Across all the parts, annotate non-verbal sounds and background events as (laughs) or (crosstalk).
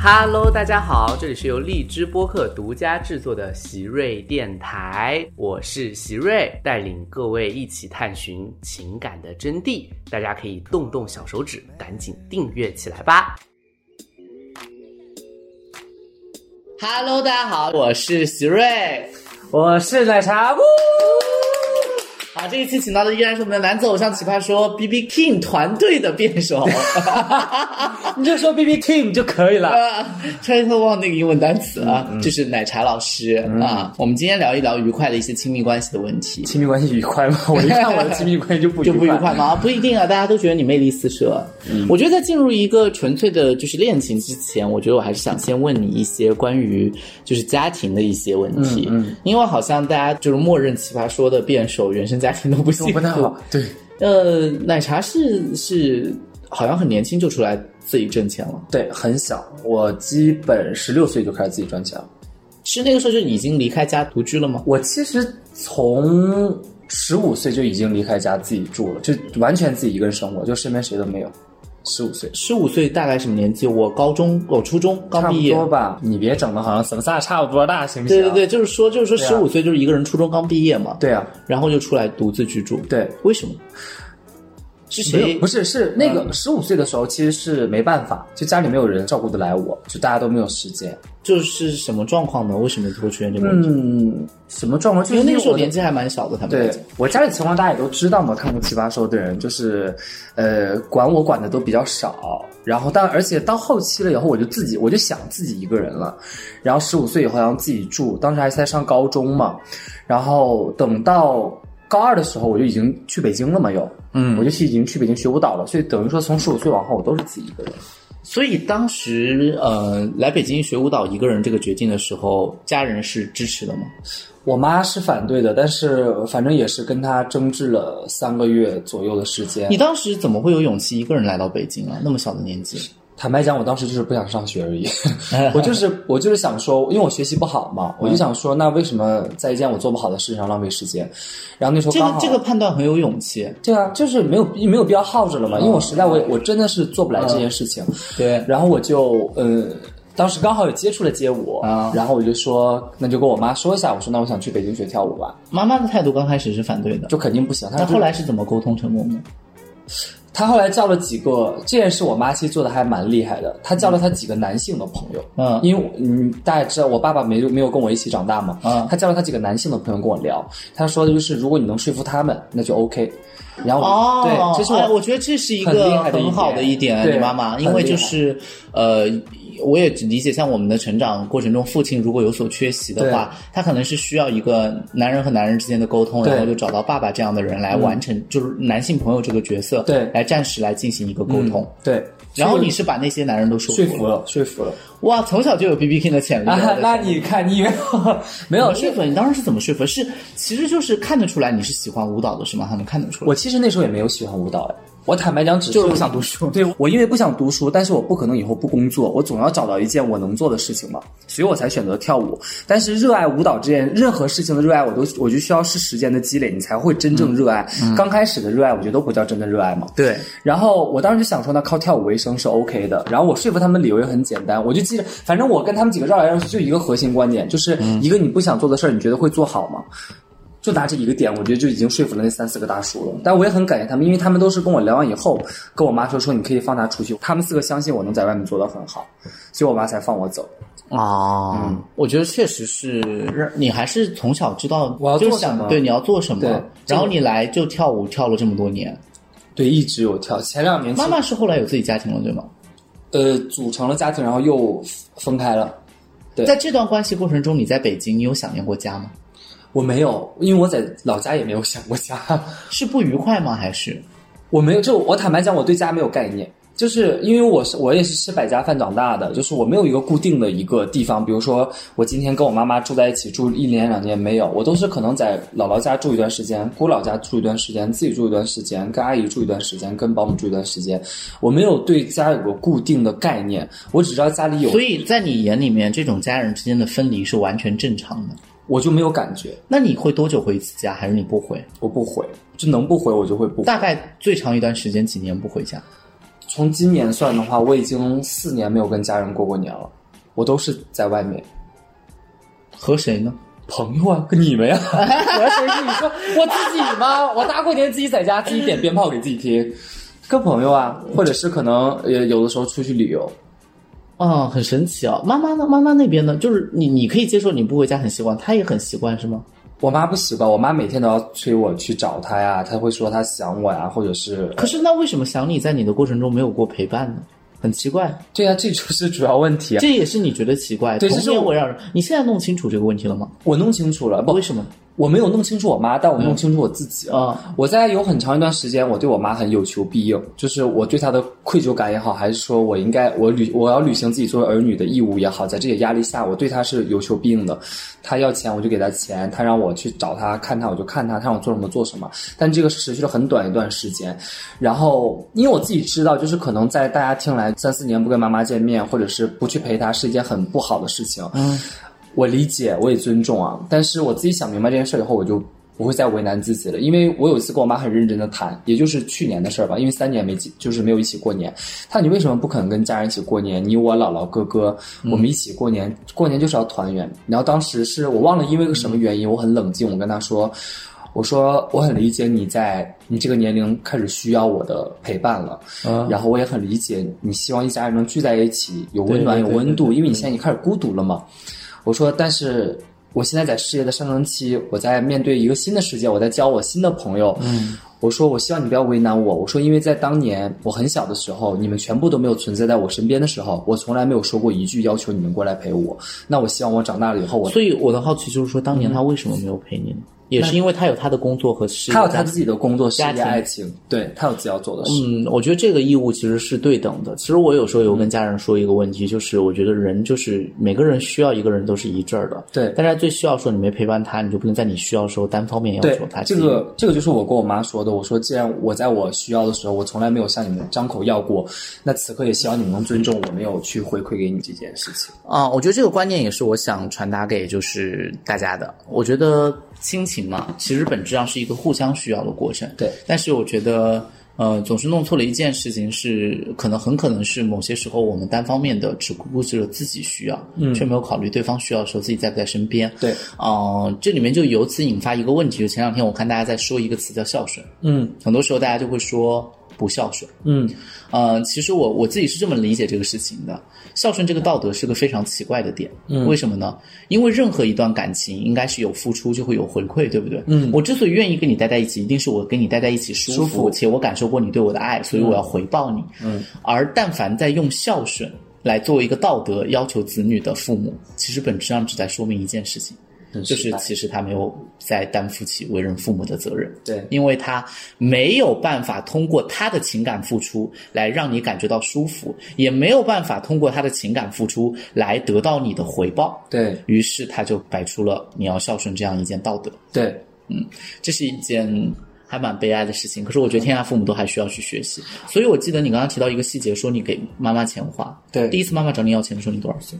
Hello，大家好，这里是由荔枝播客独家制作的席瑞电台，我是席瑞，带领各位一起探寻情感的真谛。大家可以动动小手指，赶紧订阅起来吧。Hello，大家好，我是席瑞。我是奶茶屋，好，这一期请到的依然是我们的男子偶像奇葩说 B B King 团队的辩手，你就说 B B King 就可以了。啊， (laughs) 差点忘那个英文单词了，嗯就是奶茶老师啊。我们今天聊一聊愉快的一些亲密关系的问题。亲密关系愉快 (laughs) 吗？我一看我的亲密关系就不就不愉愉嗯快吗？不一定啊，大家都觉得你魅力四射。我觉得在进入一个纯粹的就是恋情之前，我觉得我还是想先问你一些关于就是家庭的一些问题，嗯因为好像大家就是默认奇葩说的辩手原生家庭都不幸不太福好。，对，呃，奶茶是是好像很年轻就出来自己挣钱了，对，很小，我基本十六岁就开始自己赚钱了。是那个时候就已经离开家独居了吗？我其实从十五岁就已经离开家自己住了，就完全自己一个人生活，就身边谁都没有。十五岁，十五岁大概什么年纪？我高中，我初中刚差不毕业。多吧。你别整的好像咱们仨差不多大，行不行？对对对，就是说，就是说，对啊十五岁就是一个人初中刚毕业嘛，对啊，然后就出来独自居住。对，为什么？是谁嗯没有，不？是，是那个十五岁的时候，其实是没办法，就家里没有人照顾得来我，就大家都没有时间。就是什么状况呢？为什么会出现这个问题？嗯，什么状况？就因是为那个时候我的年纪还蛮小的，他们对来讲我家里情况大家也都知道嘛，看过《奇葩说》的人就是，呃，管我管的都比较少。然后但而且到后期了以后，我就自己我就想自己一个人了。然后十五岁以后好像自己住，当时还是在上高中嘛。然后等到高二的时候，我就已经去北京了嘛，又嗯我就去已经去北京学舞蹈了。所以等于说从十五岁往后，我都是自己一个人。所以当时呃来北京学舞蹈一个人这个决定的时候，家人是支持的吗？我妈是反对的，但是反正也是跟她争执了三个月左右的时间你。当时怎么会有勇气一个人来到北京啊？那么小的年纪，坦白讲，我当时就是不想上学 (laughs) 而已， (laughs) 我就是我就是想说，因为我学习不好嘛，我就想说，那为什么在一件我做不好的事上浪费时间？然后那时候这刚个好这个判断很有勇气。对啊，就是没有没有必要耗着了嘛，嗯因为我实在我也我真的是做不来这件事情，对，然后我就呃，当时刚好也接触了街舞，啊然后我就说，那就跟我妈说一下，我说那我想去北京学跳舞吧，妈妈的态度刚开始是反对的，就肯定不行，她那说后来是怎么沟通成功的？她后来叫了几个，这件事我妈其实做的还蛮厉害的，她叫了她几个男性的朋友，嗯因为我嗯，大家知道我爸爸没没有跟我一起长大嘛，嗯他叫了他几个男性的朋友跟我聊，他说的就是如果你能说服他们，那就 OK。然后我对，这是我、哎我觉得这是一很厉个害的一很好的一点，点你妈妈，对因为很厉害就是呃。我也理解，像我们的成长过程中，父亲如果有所缺席的话，他可能是需要一个男人和男人之间的沟通，对然后就找到爸爸这样的人来完成，就是男性朋友这个角色，对来暂时来进行一个沟通。对，然后你是把那些男人都说说服服了，说服了哇，从小就有 B B King 的潜力了。啊！那你看，你以为没怎有么？说服？你当时是怎么说服？是其实就是看得出来你是喜欢舞蹈的，是吗？他们看得出来。我其实那时候也没有喜欢舞蹈，哎，我坦白讲，只是就是不想读书 (laughs) 对我因为不想读书，但是我不可能以后不工作，我总要找到一件我能做的事情嘛，所以我才选择跳舞。但是热爱舞蹈这件任何事情的热爱，我都我就需要是时间的积累，你才会真正热爱。刚开始的热爱，我觉得都不叫真的热爱嘛。对，然后我当时就想说，那靠跳舞为生是 OK 的。然后我说服他们理由也很简单，我就记着，反正我跟他们几个绕来绕去，就一个核心观点，就是嗯一个你不想做的事儿，你觉得会做好吗？就拿这一个点，我觉得就已经说服了那三四个大叔了。但我也很感谢他们，因为他们都是跟我聊完以后，跟我妈说说你可以放他出去。他们四个相信我能在外面做得很好，所以我妈才放我走。哦，嗯我觉得确实是，让你还是从小知道我要做就是想什么对，你要做什么对，然后你来就跳舞跳了这么多年。对，一直有跳。前两年妈妈是后来有自己家庭了，对吗？呃组成了家庭，然后又分开了。对在这段关系过程中，你在北京，你有想念过家吗？我没有，因为我在老家也没有想过家。是不愉快吗？还是我没有，就我坦白讲，我对家没有概念，就是因为我是我也是吃百家饭长大的，就是我没有一个固定的一个地方，比如说我今天跟我妈妈住在一起住一年两年没有，我都是可能在姥姥家住一段时间，姑姥家住一段时间，自己住一段时间，跟阿姨住一段时间，跟保姆住一段时间，我没有对家有个固定的概念，我只知道家里有所，以在你眼里面，这种家人之间的分离是完全正常的。我就没有感觉，那你会多久回一次家？还是你不回？我不回，就能不回我就会不回。大概最长一段时间，几年不回家？从今年算的话，我已经四年没有跟家人过过年了，我都是在外面。和谁呢？朋友啊，跟你们呀、啊，我谁跟你说我自己吗？我大过年自己在家自己点鞭炮给自己听，跟朋友啊，或者是可能也有的时候出去旅游。哦，很神奇哦。妈妈呢？妈妈那边呢？就是你，你可以接受你不回家很习惯，她也很习惯是吗？我妈不习惯，我妈每天都要催我去找她呀，她会说她想我呀，或者是……可是那为什么想你在你的过程中没有过陪伴呢？很奇怪。对呀、啊，这就是主要问题啊。这也是你觉得奇怪，对这是童年围绕着。你现在弄清楚这个问题了吗？我弄清楚了，不为什么？我没有弄清楚我妈，但我弄清楚我自己啊、嗯。我在有很长一段时间，我对我妈很有求必应，就是我对她的愧疚感也好，还是说我应该我履我要履行自己作为儿女的义务也好，在这个压力下，我对她是有求必应的。她要钱我就给她钱，她让我去找她看她我就看她，她让我做什么做什么。但这个持续了很短一段时间，然后因为我自己知道，就是可能在大家听来三四年不跟妈妈见面，或者是不去陪她是一件很不好的事情。嗯。我理解，我也尊重啊，但是我自己想明白这件事以后，我就不会再为难自己了。因为我有一次跟我妈很认真的谈，也就是去年的事儿吧，因为三年没就是没有一起过年。她你为什么不肯跟家人一起过年？你我姥姥哥哥，我们一起过年，过年就是要团圆。然后当时是我忘了因为个什么原因，我很冷静，我跟她说，我说我很理解你在你这个年龄开始需要我的陪伴了，啊然后我也很理解你希望一家人能聚在一起，有温暖有对对对温度，对因为你现在已经开始孤独了嘛。我说，但是我现在在事业的上升期，我在面对一个新的世界，我在交我新的朋友。嗯，我说，我希望你不要为难我。我说，因为在当年我很小的时候，你们全部都没有存在在我身边的时候，我从来没有说过一句要求你们过来陪我。那我希望我长大了以后，我嗯所以我的好奇就是说，当年他为什么没有陪你呢？也是因为他有他的工作和事业，他有他自己的工作、事家业、庭爱情，对他有自己要做的事。嗯，我觉得这个义务其实是对等的。其实我有时候嗯有跟家人说一个问题，就是我觉得人就是每个人需要一个人都是一致儿的，对但是在最需要的时候你没陪伴他，你就不能在你需要的时候单方面要对求他。这个这个就是我跟我妈说的。我说，既然我在我需要的时候，我从来没有向你们张口要过，那此刻也希望你们能尊重我没有去回馈给你这件事情。啊、我觉得这个观念也是我想传达给就是大家的。我觉得亲情嘛，其实本质上是一个互相需要的过程。对，但是我觉得，呃，总是弄错了一件事情是，可能很可能是某些时候我们单方面的只顾及了自己需要，嗯，却没有考虑对方需要的时候自己在不在身边。对，哦、这里面就由此引发一个问题，就前两天我看大家在说一个词叫孝顺，嗯很多时候大家就会说不孝顺。嗯，呃，其实我我自己是这么理解这个事情的。孝顺这个道德是个非常奇怪的点，嗯，为什么呢？因为任何一段感情应该是有付出就会有回馈，对不对？嗯，我之所以愿意跟你待在一起，一定是我跟你待在一起舒服，舒服且我感受过你对我的爱，所以我要回报你。嗯，而但凡在用孝顺来作为一个道德要求子女的父母，其实本质上只在说明一件事情，就是其实他没有在担负起为人父母的责任。对因为他没有办法通过他的情感付出来让你感觉到舒服，也没有办法通过他的情感付出来得到你的回报。对于是他就摆出了你要孝顺这样一件道德，对这是一件还蛮悲哀的事情。可是我觉得天下父母都还需要去学习。所以我记得你刚刚提到一个细节，说你给妈妈钱花。对第一次妈妈找你要钱的时候，你多少岁？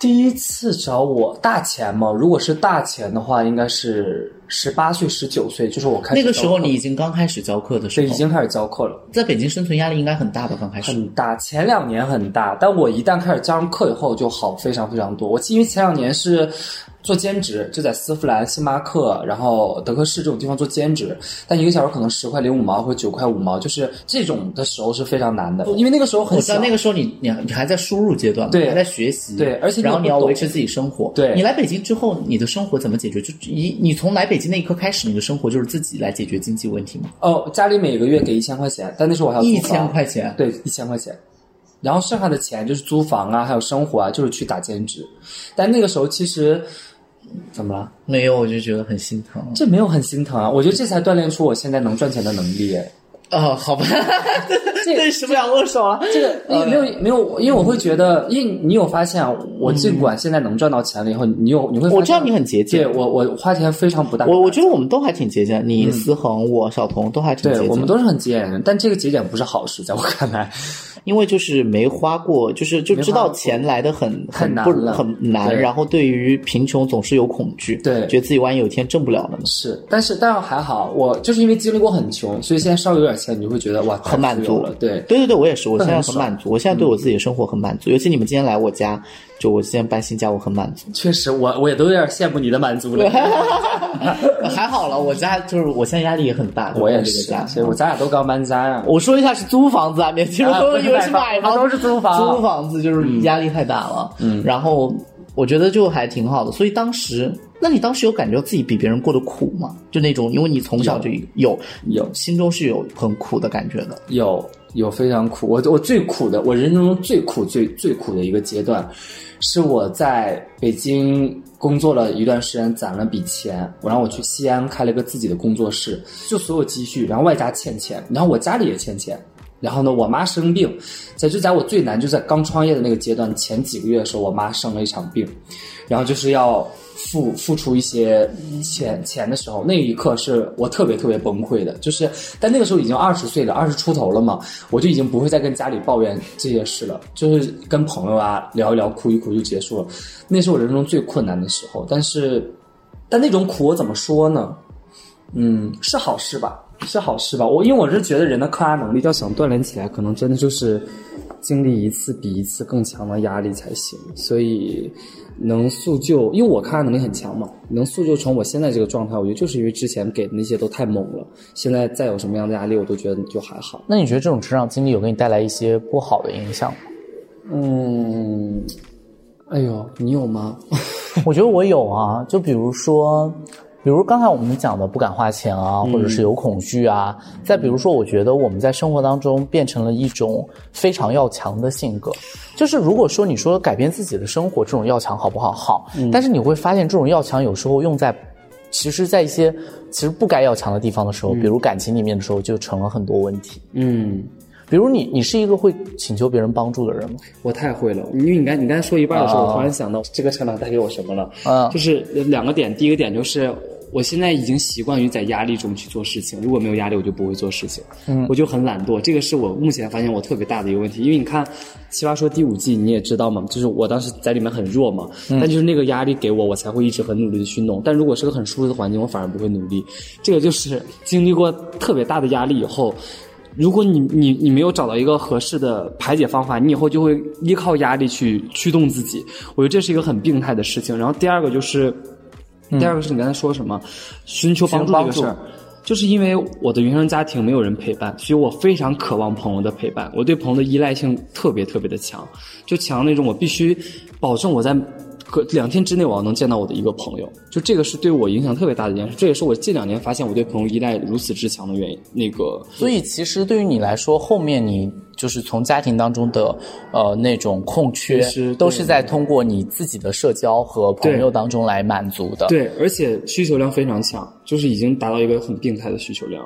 第一次找我大钱嘛，如果是大钱的话，应该是十八岁、十九岁，就是我开始那个时候教课你已经刚开始教课的时对候，已经开始教课了，在北京生存压力应该很大吧？刚开始很大。前两年很大，但我一旦开始加上课以后就好非常非常多。我因为前两年是做兼职，就在丝芙兰、星巴克，然后德克士这种地方做兼职，但一个小时可能十块零五毛或者九块五毛，就是这种的时候是非常难的，因为那个时候很我知小道。那个时候你你你还在输入阶段，啊对还在学习，对而且你然后也你不要懂维持自己生活，对你来北京之后，你的生活怎么解决？就你你从来北京那一刻开始，你的生活就是自己来解决经济问题吗？哦，家里每个月给一千块钱，但那时候我还要租一房千块钱，对，一千块钱。然后剩下的钱就是租房啊，还有生活啊，就是去打兼职。但那个时候其实怎么了？没有我就觉得很心疼这没有很心疼啊，我觉得这才锻炼出我现在能赚钱的能力。啊、好吧， (laughs) 对，使不了握手啊。这个因为没有没有，因为我会觉得，因为你有发现啊，我尽管现在能赚到钱了以后，你有你会发现我知道你很节对俭，我我花钱非常不大。我我觉得我们都还挺节俭，你思恒、我小童都还挺节嗯对俭，我们都是很节俭的人，但这个节俭不是好事，在我看来，因为就是没花过，就是就知道钱来的很太很难不了很难，对然后对于贫穷总是有恐惧，对觉得自己万一有一天挣不了了呢，是，但是但还好，我就是因为经历过很穷，所以现在稍微有点钱，你就会觉得哇，太很满富有足了。对，对对对，我也是，我现在很很爽满足，我现在对我自己的生活很满嗯足，尤其你们今天来我家，就我现在搬新家，我很满 (laughs) 足。确实我，我也都有点羡慕你的满 (laughs) 足了。还好了，我家就是我现在压力也很大，我也这个是，家。所以我咱俩都刚搬家呀、我说一下是租房子啊，免提啊我不都是以为买是房买房，都是租房租房子就是压力太大了。嗯，然后我觉得就还挺好的，所以当时，那你当时有感觉到自己比别人过得苦吗？就那种，因为你从小就有有心中是有很苦的感觉的。有有非常苦，我我最苦的，我人生中最苦最最苦的一个阶段，是我在北京工作了一段时间，攒了笔钱，我让我去西安开了个自己的工作室，就所有积蓄，然后外加欠钱，然后我家里也欠钱。然后呢，我妈生病，在就在我最难就在刚创业的那个阶段，前几个月的时候，我妈生了一场病，然后就是要付付出一些钱钱的时候，那一刻是我特别特别崩溃的，就是但那个时候已经二十岁了，二十出头了嘛，我就已经不会再跟家里抱怨这些事了，就是跟朋友啊聊一聊，哭一哭就结束了。那是我人生中最困难的时候，但是但那种苦我怎么说呢？嗯，是好事吧？是好事吧？我因为我是觉得人的抗压能力要想锻炼起来，可能真的就是经历一次比一次更强的压力才行。所以能塑就，因为我抗压能力很强嘛，能塑就成我现在这个状态，我觉得就是因为之前给的那些都太猛了，现在再有什么样的压力，我都觉得就还好。那你觉得这种成长经历有给你带来一些不好的影响吗？嗯，哎呦，你有吗？我觉得我有啊，就比如说，比如刚才我们讲的不敢花钱啊，或者是有恐惧啊，再比如说，我觉得我们在生活当中变成了一种非常要强的性格，就是如果说你说改变自己的生活这种要强好不好？好，但是你会发现这种要强有时候用在。其实，在一些其实不该要强的地方的时候，比如感情里面的时候，就成了很多问题。嗯，比如你，你是一个会请求别人帮助的人吗？我太会了，因为你刚你刚才说一半的时候，啊我突然想到这个成长带给我什么了。啊就是两个点，第一个点就是我现在已经习惯于在压力中去做事情，如果没有压力，我就不会做事情，嗯，我就很懒惰。这个是我目前发现我特别大的一个问题，因为你看《奇葩说》第五季，你也知道嘛，就是我当时在里面很弱嘛，但就是那个压力给我，我才会一直很努力的去弄。但如果是个很舒适的环境，我反而不会努力。这个就是经历过特别大的压力以后。如果你你你没有找到一个合适的排解方法，你以后就会依靠压力去驱动自己。我觉得这是一个很病态的事情。然后第二个就是，第二个是你刚才说什么，寻求帮助这个事寻求儿。就是因为我的原生家庭没有人陪伴，所以我非常渴望朋友的陪伴。我对朋友的依赖性特别特别的强，就强那种我必须保证我在隔两天之内我要能见到我的一个朋友。就这个是对我影响特别大的一件事，这也是我近两年发现我对朋友依赖如此之强的原因。那个所以其实对于你来说，后面你就是从家庭当中的呃那种空缺其实，对都是在通过你自己的社交和朋友对当中来满足的。对，而且需求量非常强，就是已经达到一个很病态的需求量。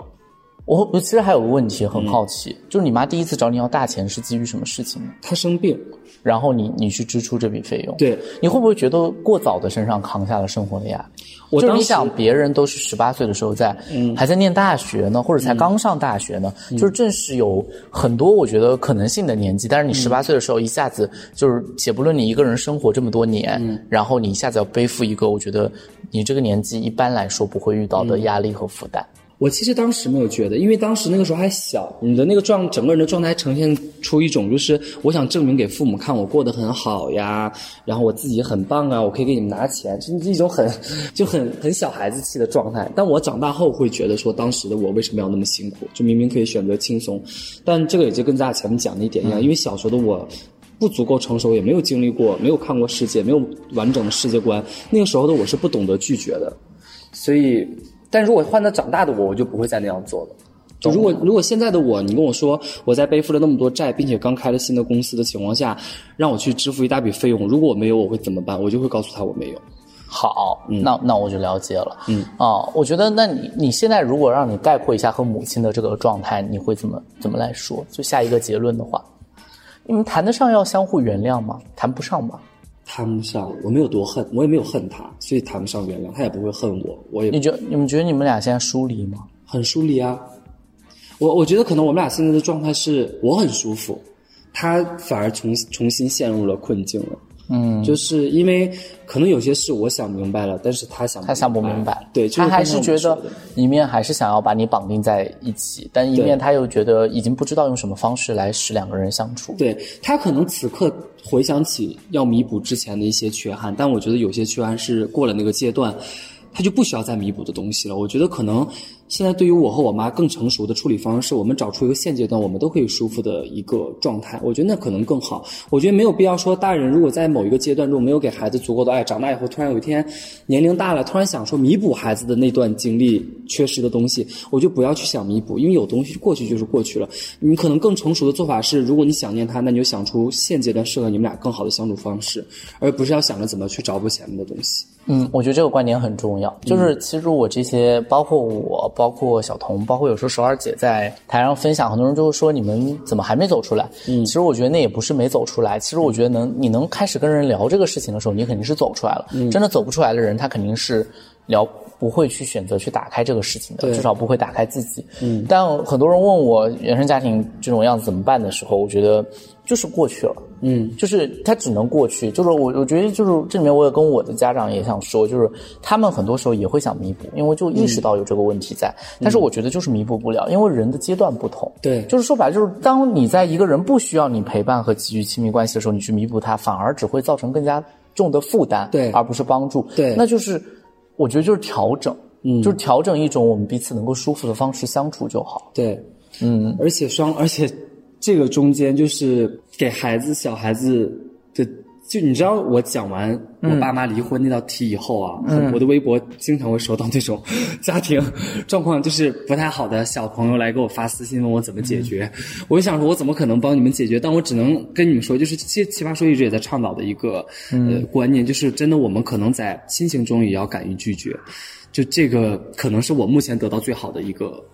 我我其实还有个问题嗯很好奇，就是你妈第一次找你要大钱是基于什么事情呢？他生病，然后你你去支出这笔费用，，对你会不会觉得过早的身上扛下了生活的压力？我就是当你时嗯想，别人都是十八岁的时候在，还在念大学呢，或者才刚上大学呢，就是正是有很多我觉得可能性的年纪。但是你十嗯八岁的时候，一下子就是，且不论你一个人生活这么多年，嗯然后你一下子要背负一个，我觉得你这个年纪一般来说不会遇到的嗯压力和负担。我其实当时没有觉得，因为当时那个时候还小，你的那个状，整个人的状态呈现出一种就是我想证明给父母看我过得很好呀，然后我自己很棒啊，我可以给你们拿钱，就是一种很就很很小孩子气的状态。但我长大后会觉得说，当时的我为什么要那么辛苦？就明明可以选择轻松，但这个也就跟咱俩前面讲的一点一样，因为小时候的我不足够成熟，也没有经历过，没有看过世界，没有完整的世界观。那个时候的我是不懂得拒绝的，所以，但如果换到长大的我，我就不会再那样做了。就如果如果现在的我，你跟我说我在背负了那么多债，并且刚开了新的公司的情况下，让我去支付一大笔费用，如果我没有，我会怎么办？我就会告诉他我没有。好，嗯那那我就了解了。嗯啊，我觉得，那你你现在如果让你概括一下和母亲的这个状态，你会怎么怎么来说？就下一个结论的话，你们谈得上要相互原谅吗？谈不上吧？谈不上，我没有多恨，我也没有恨他，所以谈不上原谅，他也不会恨我，我也你觉你们觉得你们俩现在疏离吗？很疏离啊。我我觉得可能我们俩现在的状态是我很舒服，他反而重重新陷入了困境了。嗯，就是因为可能有些事我想明白了，但是他想他想不明白，对，就是他还是刚才觉我们说得的一面还是想要把你绑定在一起，但一面他又觉得已经不知道用什么方式来使两个人相处。对他可能此刻回想起要弥补之前的一些缺憾，但我觉得有些缺憾是过了那个阶段，他就不需要再弥补的东西了。我觉得可能现在对于我和我妈更成熟的处理方式，我们找出一个现阶段我们都可以舒服的一个状态，我觉得那可能更好。我觉得没有必要说大人如果在某一个阶段中没有给孩子足够的爱，长大以后突然有一天年龄大了，突然想说弥补孩子的那段经历缺失的东西，我就不要去想弥补，因为有东西过去就是过去了。你可能更成熟的做法是，如果你想念他，那你就想出现阶段适合你们俩更好的相处方式，而不是要想着怎么去找补前面的东西。嗯，我觉得这个观点很重要。就是其实我这些，包括我，包括小童，包括有时候首尔姐在台上分享，很多人就会说你们怎么还没走出来？嗯，其实我觉得那也不是没走出来。其实我觉得能你能开始跟人聊这个事情的时候，你肯定是走出来了。真的走不出来的人，他肯定是聊不会去选择去打开这个事情的，对至少不会打开自己。嗯，但很多人问我原生家庭这种样子怎么办的时候，我觉得就是过去了。嗯，就是它只能过去。就是我，我觉得就是这里面我也跟我的家长也想说，就是他们很多时候也会想弥补，因为就意识到有这个问题在。嗯但是我觉得就是弥补不了，因为人的阶段不同。对就是说白了，就是当你在一个人不需要你陪伴和给予亲密关系的时候，你去弥补他，反而只会造成更加重的负担，对而不是帮助。对那就是我觉得就是调整。嗯，就是调整一种我们彼此能够舒服的方式相处就好。对，嗯，而且双，而且这个中间就是给孩子小孩子的，就你知道，我讲完我爸妈离婚那道题以后啊，我的微博经常会收到那种 (laughs) 家庭状况就是不太好的小朋友来给我发私信问我怎么解决，我就想说，我怎么可能帮你们解决？但我只能跟你们说，就是这奇葩说一直也在倡导的一个、呃观念，就是真的，我们可能在亲情中也要敢于拒绝。就这个可能是我目前得到最好的一个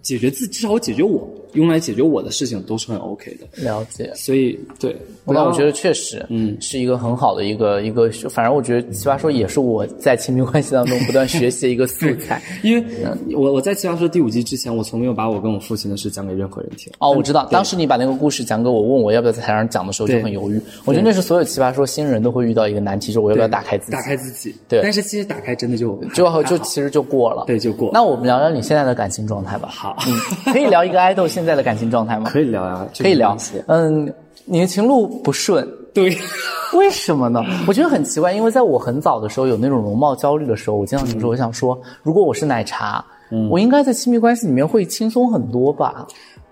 解决自，至少我解决我用来解决我的事情都是很 OK 的。了解。所以对，那我不要觉得确实，嗯，是一个很好的一个一个，反正我觉得奇葩说也是我在亲密关系当中不断学习的一个素材。因为我我在《奇葩说》第五季之前，我从没有把我跟我父亲的事讲给任何人听。哦，我知道，当时你把那个故事讲给我，问我要不要在台上讲的时候，就对很犹豫。我觉得那是所有奇葩说新人都会遇到一个难题，就是我要不要打开自己。打开自己，对但是其实打开真的就就就还好其实就过了。对就过那我们聊聊你现在的感情状态吧。好嗯，可以聊一个爱豆现在的感情状态吗？ (laughs) 可以聊呀，这可以没聊关系。嗯，你的情路不顺，对， (laughs) 为什么呢？我觉得很奇怪，因为在我很早的时候有那种容貌焦虑的时候，我经常有时候我想说，如果我是奶茶，嗯我应该在亲密关系里面会轻松很多吧？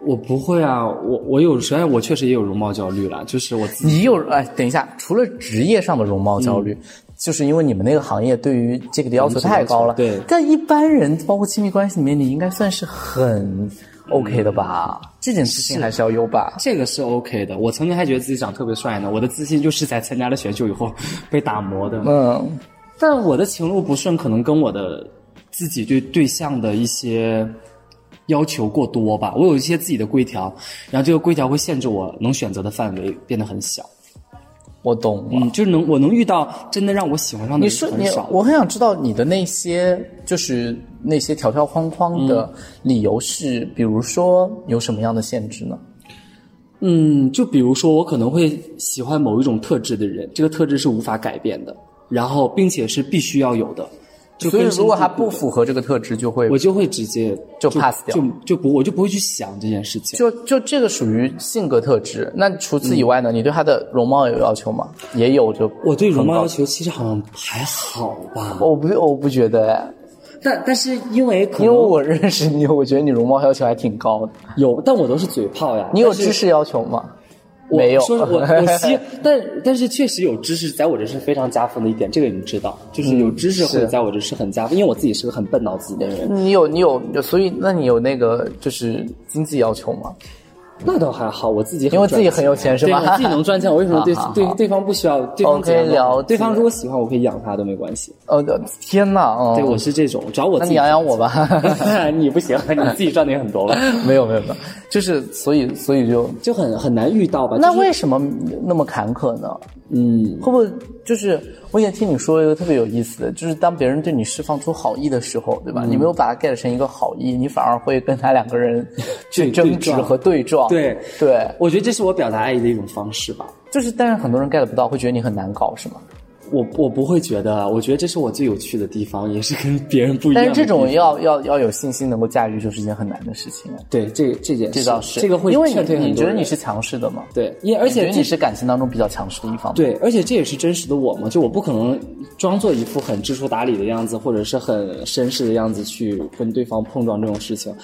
我不会啊，我我有时候我确实也有容貌焦虑了，就是我自己你有哎，等一下，除了职业上的容貌焦虑，嗯就是因为你们那个行业对于这个的要求太高了。要求对但一般人包括亲密关系里面，你应该算是很 OK 的吧？嗯这件事情还是要有吧？这个是 OK 的。我曾经还觉得自己长特别帅呢，我的自信就是在参加了选秀以后被打磨的。嗯，但我的情路不顺，可能跟我的自己对对象的一些要求过多吧。我有一些自己的规条，然后这个规条会限制我能选择的范围变得很小。我懂了。嗯，就是能我能遇到真的让我喜欢上的你人说很你，少。我很想知道你的那些就是那些条条框框的嗯理由是，比如说有什么样的限制呢？嗯，就比如说，我可能会喜欢某一种特质的人，这个特质是无法改变的，然后并且是必须要有的。就所以根深如果蒂他固不的符合这个特质，就会我就会直接就 pass 掉就就不我就不会去想这件事情。就就这个属于性格特质。那除此以外呢？你对他的容貌有要求吗？也有就嗯我对容貌很要高求其实好像还好吧，我不我不觉得哎，但但是因为可因为能我认识你，我觉得你容貌要求还挺高的。有，但我都是嘴炮呀。你有但是知识要求吗？我没有，说 (laughs) 我我希，但但是确实有知识，在我这是非常加分的一点，这个你知道，就是有知识嗯是会在我这是很加分，因为我自己是个很笨脑子的人。你有你有，所以那你有那个就是经济要求吗？那倒还好，我自己因为自己赚钱很有钱是吧对我自己能赚钱，我为什么 (laughs) 对好好好对对方不需要？对方 OK，怎样都好了解对方如果喜欢，我可以养他都没关系。呃，天哪，哦、对，我是这种，只要我那你自己养养我吧。 (laughs) 你不行，你自己赚的也很多了， (laughs) 没有没有没有，就是所以所以就就很很难遇到吧。那就是为什么那么坎坷呢？嗯，会不会就是我以前听你说一个特别有意思的，就是当别人对你释放出好意的时候，对吧？嗯你没有把它 get 成一个好意，你反而会跟他两个人去对争执对撞和对撞。对对，我觉得这是我表达爱意的一种方式吧。就是但是很多人 get 不到，会觉得你很难搞，是吗？我我不会觉得，啊我觉得这是我最有趣的地方，也是跟别人不一但样的是这地方。种要要要有信心能够驾驭，就是一件很难的事情。啊对这这件这倒是这个会因为劝退你很你多觉得人你是强势的嘛？对，因而你觉且得这你是感情当中比较强势的一方。，对，而且这也是真实的我嘛，就我不可能装作一副很知书达理的样子，或者是很绅士的样子去跟对方碰撞这种事情。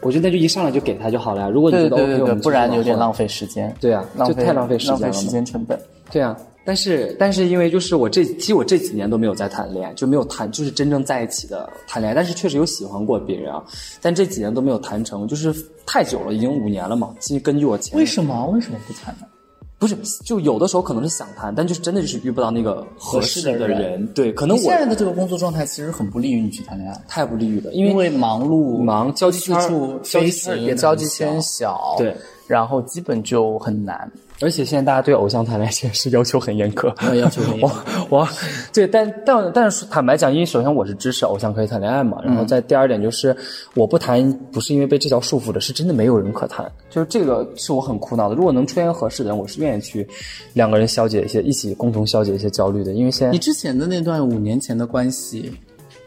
我觉得那就一上来就给他就好了呀。如果你对觉得对 OK，对我对对，们不然有点费。浪费时间。对啊浪就太浪费时间浪费了嘛时间成本。对啊，但是但是因为就是我这其实我这几年都没有在谈恋爱，就没有谈就是真正在一起的谈恋爱，但是确实有喜欢过别人啊，但这几年都没有谈成，就是太久了，已经五年了嘛。其实根据我前为什么为什么不谈呢？不是就有的时候可能是想谈，但就是真的就是遇不到那个合适合适的的人人，对，可能你现我在的这个工作状态其实很不利于你去谈恋爱，太不利于了，因因为为忙碌、忙交际四圈儿处交飞际圈儿也行，很交际圈小小，对，然后基本就很难。而且现在大家对偶像谈恋爱这件事要求很严苛，要求很严 (laughs) 我我对，但但但是坦白讲，因为首先我是支持偶像可以谈恋爱嘛，然后再第二点就是我不谈，不是因为被这条束缚的，是真的没有人可谈，就是这个是我很苦恼的。如果能出现合适的人，我是愿意去两个人消解一些，一起共同消解一些焦虑的，因为现你在之前的那段五年前的关系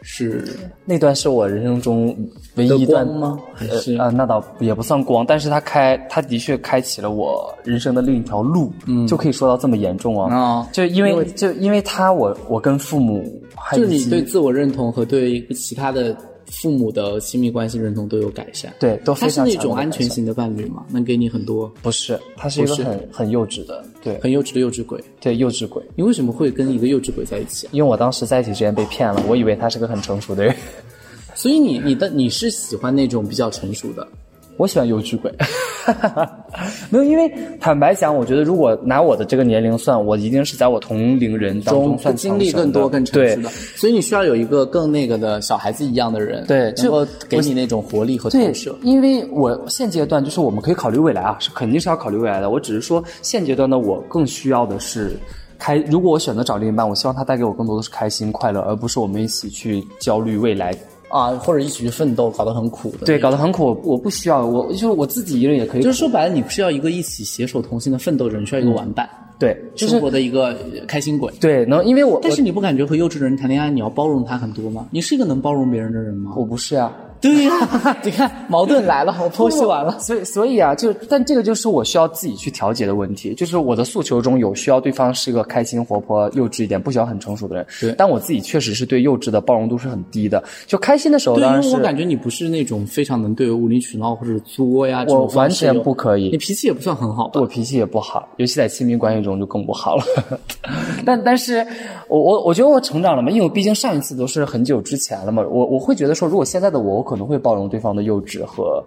是那段是我人生中唯一一段的光吗还是呃啊、那倒也不算光，但是他开，他的确开启了我人生的另一条路，嗯，就可以说到这么严重啊。啊就因为就因为他我，我跟父母还就有是你对自我认同和对其他的父母的亲密关系认同都有改善。，对都他非是常那强烈种的安感全受，型的伴侣嘛，能给你很多不是，他是一个不是很很幼稚的，对很幼稚的幼稚鬼。对幼稚鬼。你为什么会跟一个幼稚鬼在一起啊？因为我当时在一起之前被骗了，我以为他是个很成熟的人， (laughs) 所以你你的你是喜欢那种比较成熟的，我喜欢幼稚鬼。 (laughs) 没有，因为坦白讲，我觉得如果拿我的这个年龄算，我一定是在我同龄人当中会算经历成熟更多、的更成熟对的。所以你需要有一个更那个的小孩子一样的人，对能就够给你那种活力和对投射，。因为我现阶段就是我们可以考虑未来啊，是肯定是要考虑未来的。我只是说现阶段的我更需要的是开，如果我选择找另一半，我希望他带给我更多的是开心快乐，而不是我们一起去焦虑未来。啊，或者一起去奋斗，搞得很苦的。对，，搞得很苦，我我不需要，我就是我自己一个人也可以苦。就是说白了，你不是要一个一起携手同心的奋斗者，你需要一个玩伴，对，嗯就是生活的一个呃开心鬼。对，能因为我但是你不感觉和幼稚的人谈恋爱，你要包容他很多吗？你是一个能包容别人的人吗？我我不是啊，对呀、 (laughs) 你看矛盾来了，我剖析完了。所以所以啊，就但这个就是我需要自己去调节的问题，就是我的诉求中有需要对方是一个开心、活泼、幼稚一点，不需要很成熟的人。对但我自己确实是对幼稚的包容度是很低的。就开心的时候对，当因然为是我感觉你不是那种非常能对无理取闹或者作呀这我种方完式全有不可以你脾气也不算很好吧我？脾气也不好，尤其在亲密关系中就更不好了。 (laughs) 但但是我我我觉得我成长了嘛，因为我毕竟上一次都是很久之前了嘛，我我会觉得说，如果现在的我，我可能会包容对方的幼稚和。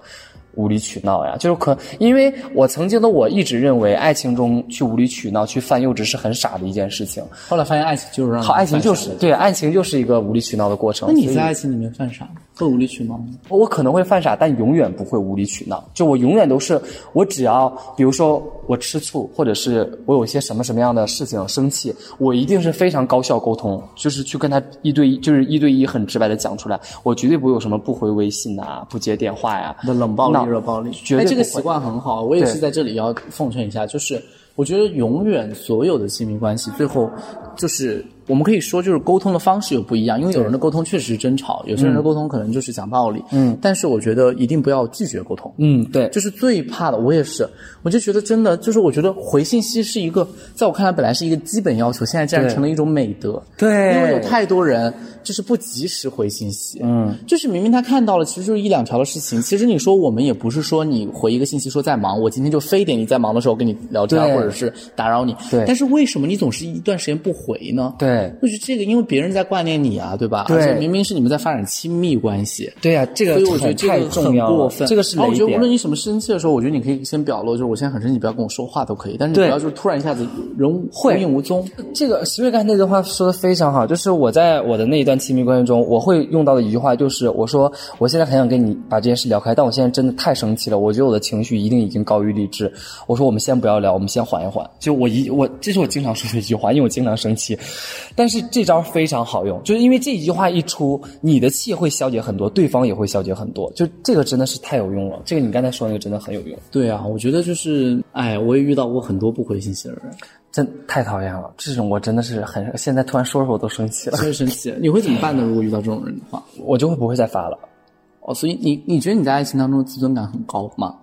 无理取闹呀，就是可，因为我曾经的我一直认为，爱情中去无理取闹、去犯幼稚是很傻的一件事情。后来发现爱情就是让人好，爱情犯傻就是的对，爱情就是一个无理取闹的过程。那你所以在爱情里面犯傻吗？会无理取闹吗？我可能会犯傻，但永远不会无理取闹。就我永远都是，我只要比如说我吃醋，或者是我有一些什么什么样的事情生气，我一定是非常高效沟通，就是去跟他一对一，就是一对一很直白的讲出来。我绝对不会有什么不回微信啊，不接电话呀、的冷暴那力、热暴力，绝对哎，这个不会习惯很好，我也是在这里要奉劝一下，就是我觉得永远所有的亲密关系，最后就是我们可以说，就是沟通的方式有不一样，因为有人的沟通确实是争吵，有些人的沟通可能就是讲道理，嗯，但是我觉得一定不要拒绝沟通，嗯，对，就是最怕的，我也是，我就觉得真的，就是我觉得回信息是一个，在我看来本来是一个基本要求，现在竟然成了一种美德。对因为有太多人就是不及时回信息，嗯，就是明明他看到了，其实就是一两条的事情。其实你说我们也不是说你回一个信息说在忙，我今天就非得你在忙的时候跟你聊天，对或者是打扰你，对但是为什么你总是一段时间不回呢？对对就是这个，因为别人在挂念你啊，对吧？对而且明明是你们在发展亲密关系，对呀、这个所以我觉得很这太个重很要过了，分。这个是然后雷我觉得无点。论你什么生气的时候，我觉得你可以先表露，就是我现在很生气，你不要跟我说话都可以，但是你对不要就是突然一下子人无会影无踪。这个徐瑞刚才那段话说的非常好，就是我在我的那一段亲密关系中，我会用到的一句话就是，我说我现在很想跟你把这件事聊开，但我现在真的太生气了，我觉得我的情绪一定已经高于理智。我说我们先不要聊，我们先缓一缓。就我一我这是我经常说的一句话，因为我经常生气，但是这招非常好用，就是因为这一句话一出，你的气会消解很多，对方也会消解很多，就这个真的是太有用了。这个你刚才说那个真的很有用，对啊，我觉得就是，哎，我也遇到过很多不回信息的 (laughs) 人，真太讨厌了，这种我真的是很现在突然说说我都生气了。所以生气。你会怎么办呢？如果遇到这种人的话，我就会不会再发了。哦，所以你你觉得你在爱情当中自尊感很高吗？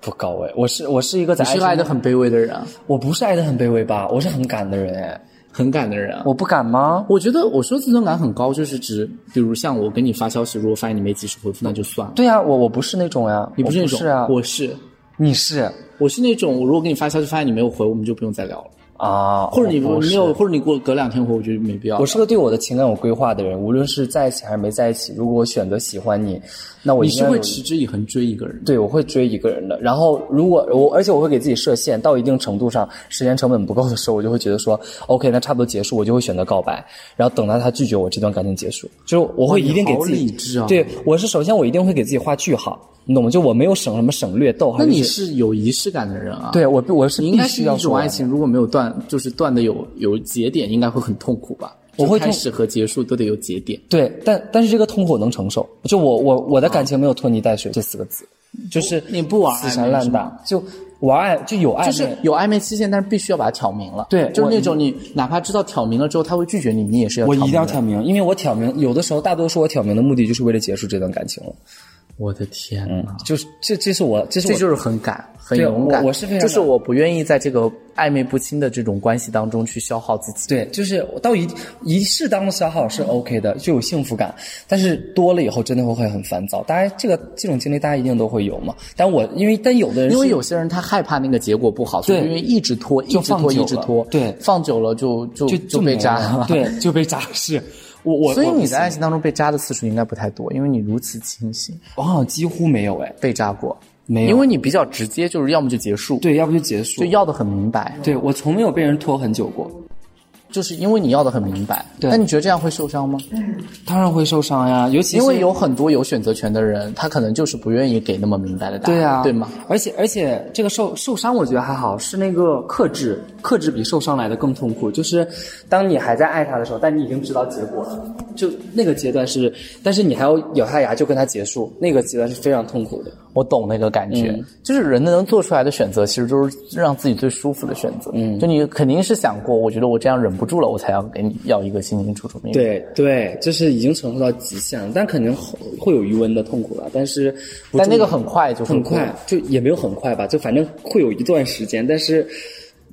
不高哎，我是我是一个在你是爱个爱的情，很卑微的人啊，我不是爱的很卑微吧，我是很敢的人哎，很敢的人啊。我不敢吗？我觉得我说自尊感很高，就是指，比如像我给你发消息，如果发现你没及时回复，那就算了。对呀、我我不是那种呀，你不是我那不种，是啊，我是你是我是那种，我如果给你发消息发现你没有回，我们就不用再聊了，啊，或者你我不不没是有，。或者你给我隔两天回，我觉得没必要了。我是个对我的情感有规划的人，无论是在一起还是没在一起，如果我选择喜欢你，那我你应是该会有持之以恒追一个人的，对，我会追一个人的。然后，如果我，而且我会给自己设限，到一定程度上，时间成本不够的时候，我就会觉得说，OK，那差不多结束，我就会选择告白，然后等到他拒绝我，这段感情结束。就是我会哇你一定给好自己，理智啊对，我是首先我一定会给自己画句号，你懂吗？就我没有省什么省略逗号。那你就是是有仪式感的人啊。。对我必，我是你应必该是须要一种说爱完。情，如果没有断，就是断的有有节点，应该会很痛苦吧？我会就痛开始和结束都得有节点。对，但但是这个痛苦我能承受。就我我我的感情没有拖泥带水这四个字，就是你不玩死暧缠昧烂是打，就玩爱哎就有暧昧，就是有暧昧期限，但是必须要把它挑明了。对就是我那种你哪怕知道挑明了之后他会拒绝你，你也是要我一明定的要挑明，因为我挑明，有的时候大多数我挑明的目的就是为了结束这段感情了。我的天呐，就是这，这是我，这是这我，就是很敢，很对勇敢。我我是非常就是敢我不愿意在这个暧昧不清的这种关系当中去消耗自己。对，就是我到一一适当的消耗是 OK 的，就有幸福感。但是多了以后真的会会很烦躁。大家这个这种经历大家一定都会有嘛。但我因为但有的人因为是有些人他害怕那个结果不好，所以对因为一直拖，一就直拖，放久一了直拖，对放久了就就就就被渣没了了。 (laughs) 对，就被渣是。我我所以我不你在行爱情当中被渣的次数应该不太多，因为你如此清醒，我好像几乎没有哎，被渣过没有因为你比较直接，就是要么就结束，，对，要不就结束就。要的很明白，对我从没有被人拖很久过，就是因为你要的很明白。对那你觉得这样会受伤吗？当然会受伤呀，尤其是因为有很多有选择权的人，他可能就是不愿意给那么明白的答案，对啊，对吗？？而且而且这个受受伤，我觉得还好，是那个克制，克制比受伤来的更痛苦。就是当你还在爱他的时候，但你已经知道结果了，就那个阶段是，但是你还要咬下牙就跟他结束，那个阶段是非常痛苦的。我懂那个感觉，就是人能做出来的选择，其实都是让自己最舒服的选择。嗯，就你肯定是想过，我觉得我这样忍不住了，我才要给你要一个清清楚楚明白。，对对，就是已经承受到极限了，但肯定会会有余温的痛苦了。但是不但那重个要很快就会很快，就也没有很快吧，就反正会有一段时间，但是。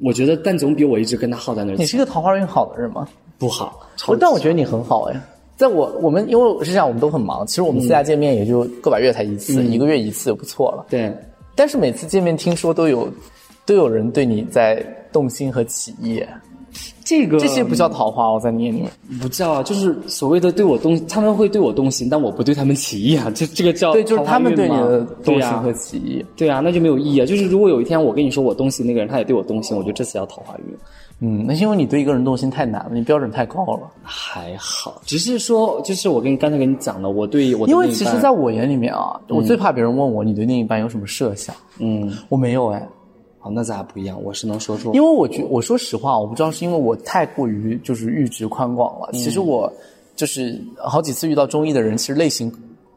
我觉得，但总比我一直跟他耗在那你儿是一个桃花运好的人吗？不好。我但我觉得你很好哎。在我我们因为我是这样，我们都很忙，其实我们私嗯下见面也就个把月才一次，一个月一次就不错了。对，但是每次见面听说都有都有人对你在动心和起意，啊这个这些不叫桃花，哦我在念你们。不叫，就是所谓的对我动，他们会对我动心，但我不对他们起意啊， (laughs) 这这个叫对，就是桃花他们运对你吗的对动心呀、和起意。对啊，那就没有意义啊。就是如果有一天我跟你说我动心那个人，他也对我动心，我觉得这才叫桃花运。嗯，那是因为你对一个人动心太难了，你标准太高了。还好，只是说，就是我跟你刚才跟你讲的，我对我的因为另一其实，半在我眼里面啊，我最怕别人问我你对另一半有什么设想，嗯，我没有哎，好，那咱俩不一样，我是能说出，因为我觉我说实话，我不知道是因为我太过于就是阈值宽广了。其实我就是好几次遇到中意的人，其实类型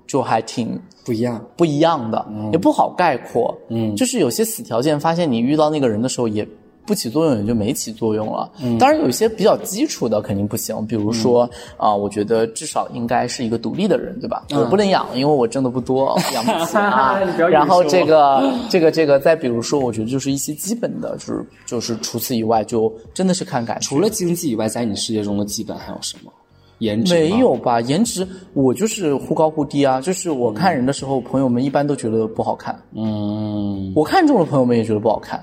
就还挺不一样，不一样的，嗯也不好概括。嗯，就是有些死条件，发现你遇到那个人的时候也。不起作用也就没起作用了。嗯当然有一些比较基础的肯定不行，比如说啊、我觉得至少应该是一个独立的人，对吧？我不能养，因为我挣的不多， (laughs) 我养不起啊嗯你不要。然后隐身这我个这个这个，再比如说，我觉得就是一些基本的，就是就是除此以外，就真的是看感觉。除了经济以外，在你世界中的羁绊还有什么？颜值没吗，有吧？颜值我就是忽高忽低啊，就是我看人的时候，朋友们一般都觉得不好看。嗯，我看中了，朋友们也觉得不好看。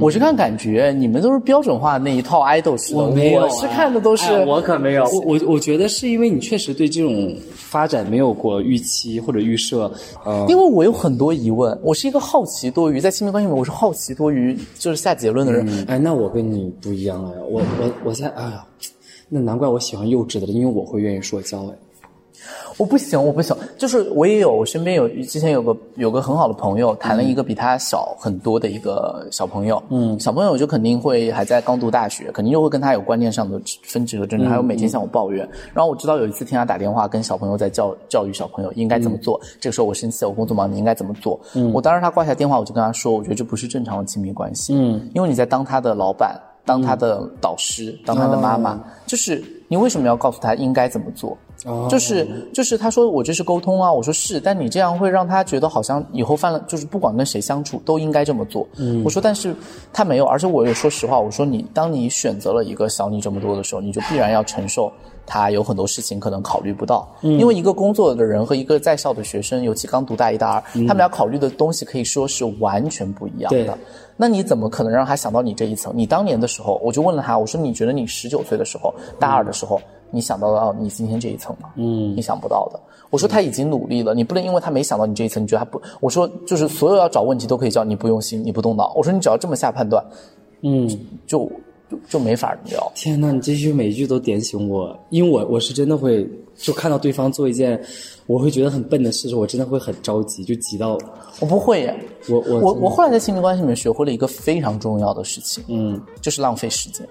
我是看感觉，你们都是标准化那一套爱豆系我统，没有啊、我是看的都是、哎我可没有。我我我觉得是因为你确实对这种发展没有过预期或者预设，呃，因为我有很多疑问，我是一个好奇多于，在亲密关系里面我是好奇多于就是下结论的人。哎，那我跟你不一样了呀，我我我在，哎呀，那难怪我喜欢幼稚的了，因为我会愿意说教哎。我不行，我不行，就是我也有，我身边有之前有个有个很好的朋友，谈了一个比他小很多的一个小朋友，嗯，小朋友就肯定会还在刚读大学，肯定就会跟他有观念上的分歧和争执，还有每天向我抱怨。然后我知道有一次听他打电话跟小朋友在教教育小朋友应该怎么做，这个时候我生气了，我工作忙，你应该怎么做？我当时他挂下电话，我就跟他说，我觉得这不是正常的亲密关系，嗯，因为你在当他的老板。当他的导师，当他的妈妈，就是你为什么要告诉他应该怎么做？就是就是他说我这是沟通啊，我说是，但你这样会让他觉得好像以后犯了，就是不管跟谁相处都应该这么做。我说但是他没有，而且我也说实话，我说你当你选择了一个小你这么多的时候，你就必然要承受他有很多事情可能考虑不到，因为一个工作的人和一个在校的学生，尤其刚读大一、大二，他们要考虑的东西可以说是完全不一样对的。那你怎么可能让他想到你这一层？你当年的时候，我就问了他，我说你觉得你十九岁的时候，大二的时候，你想到到你今天这一层吗？嗯，你想不到的。我说他已经努力了，你不能因为他没想到你这一层，你觉得他不？我说就是所有要找问题都可以叫你不用心，你不动脑。我说你只要这么下判断，嗯，就就就没法聊。天呐，你这些每一句都点醒我，因为我我是真的会就看到对方做一件我会觉得很笨的事，我真的会很着急，就急到我不会耶，我我我我后来在亲密关系里面学会了一个非常重要的事情，嗯，就是浪费时间。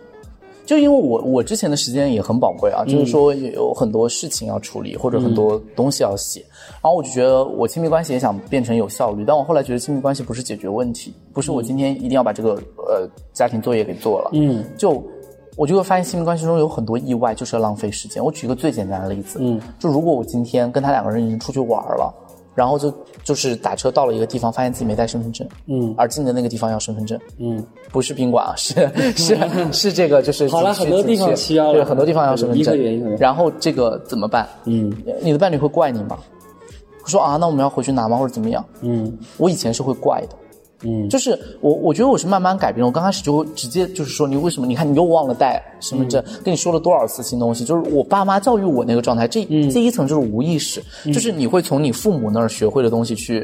就因为我我之前的时间也很宝贵啊，就是说也有很多事情要处理，或者很多东西要写，然后我就觉得我亲密关系也想变成有效率，但我后来觉得亲密关系不是解决问题，不是我今天一定要把这个呃家庭作业给做了，嗯，就我就会发现亲密关系中有很多意外就是要浪费时间。我举一个最简单的例子，嗯，就如果我今天跟他两个人已经出去玩了。然后就就是打车到了一个地方，发现自己没带身份证，嗯，而进的那个地方要身份证，嗯，不是宾馆啊， (laughs) 是 (laughs) 是是这个就是好了景区很多地方景区需要了对，很多地方要身份一个原因可嗯证能，然后这个怎么办？嗯，你的伴侣会怪你吗？说啊，那我们要回去拿吗，或者怎么样？嗯，我以前是会怪的，嗯，就是我我觉得我是慢慢改变，我刚开始就会直接就是说你为什么？你看你又忘了带身份证，跟你说了多少次新东西？就是我爸妈教育我那个状态，这、这一层就是无意识，就是你会从你父母那儿学会的东西去、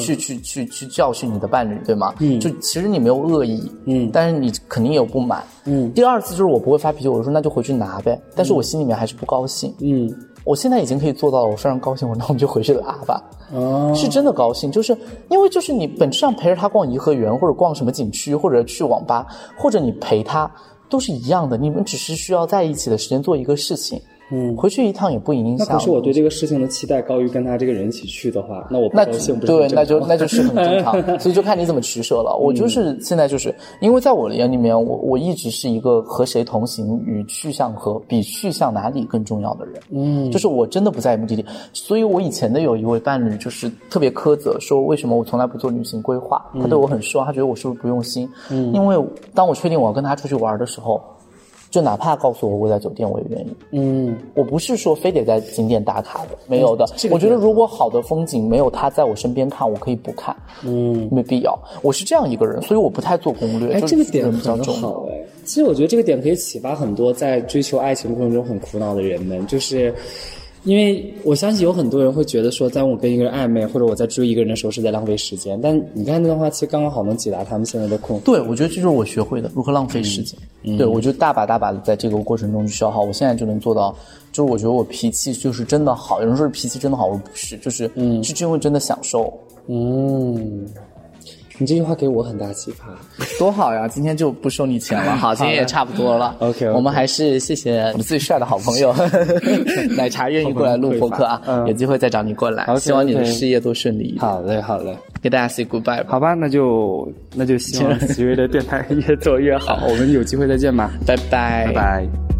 去去去去教训你的伴侣，对吗？嗯，就其实你没有恶意，嗯，但是你肯定有不满，嗯。第二次就是我不会发脾气，我说那就回去拿呗，但是我心里面还是不高兴，嗯我现在已经可以做到了，我非常高兴。我那我们就回去拉吧，哦是真的高兴，就是因为就是你本质上陪着他逛颐和园，或者逛什么景区，或者去网吧，或者你陪他都是一样的，你们只是需要在一起的时间做一个事情，嗯，回去一趟也不影那响可。是我对这个事情的期待高于跟他这个人一起去的话，那我不那高兴不是对那很，正就常嗯那就是很正 (laughs) 常，所以就看你怎么取舍了。我就是现在就是因为在我的眼里面，我我一直是一个和谁同行与去向和比去向哪里更重要的人。嗯，就是我真的不在意目的地，所以我以前的有一位伴侣就是特别苛责，说为什么我从来不做旅行规划？嗯他对我很失望，他觉得我是不是不用心？嗯，因为当我确定我要跟他出去玩的时候。就哪怕告诉我我在酒店，我也愿意。嗯，我不是说非得在景点打卡的，没有的。这个我觉得如果好的风景没有他在我身边看，我可以不看，嗯，没必要。我是这样一个人，所以我不太做攻略。哎，就这是个点人比较很重要。好哎。其实我觉得这个点可以启发很多在追求爱情过程中很苦恼的人们，就是因为我相信有很多人会觉得说，当我跟一个人暧昧或者我在追一个人的时候是在浪费时间。但你看这段话，其实刚刚好能解答他们现在的困惑。对，我觉得这就是我学会的如何浪费时间。嗯对，我就大把大把的在这个过程中去消耗。我现在就能做到，就是我觉得我脾气就是真的好。有人说脾气真的好，我不是，就是嗯，是因为真的享受，嗯，你这句话给我很大启发。多好呀！今天就不收你钱了，好，今天也差不多了。 OK，OK 我们还是谢谢我们最帅的好朋友奶茶愿意过来录播客啊，有机会再找你过来。希望你的事业都顺利一点。好嘞，好嘞，给大家 say goodbye 吧，好吧，那就 (laughs) 那就希望奇瑞的电台越做越好，我们有机会再见吧，拜拜，拜拜。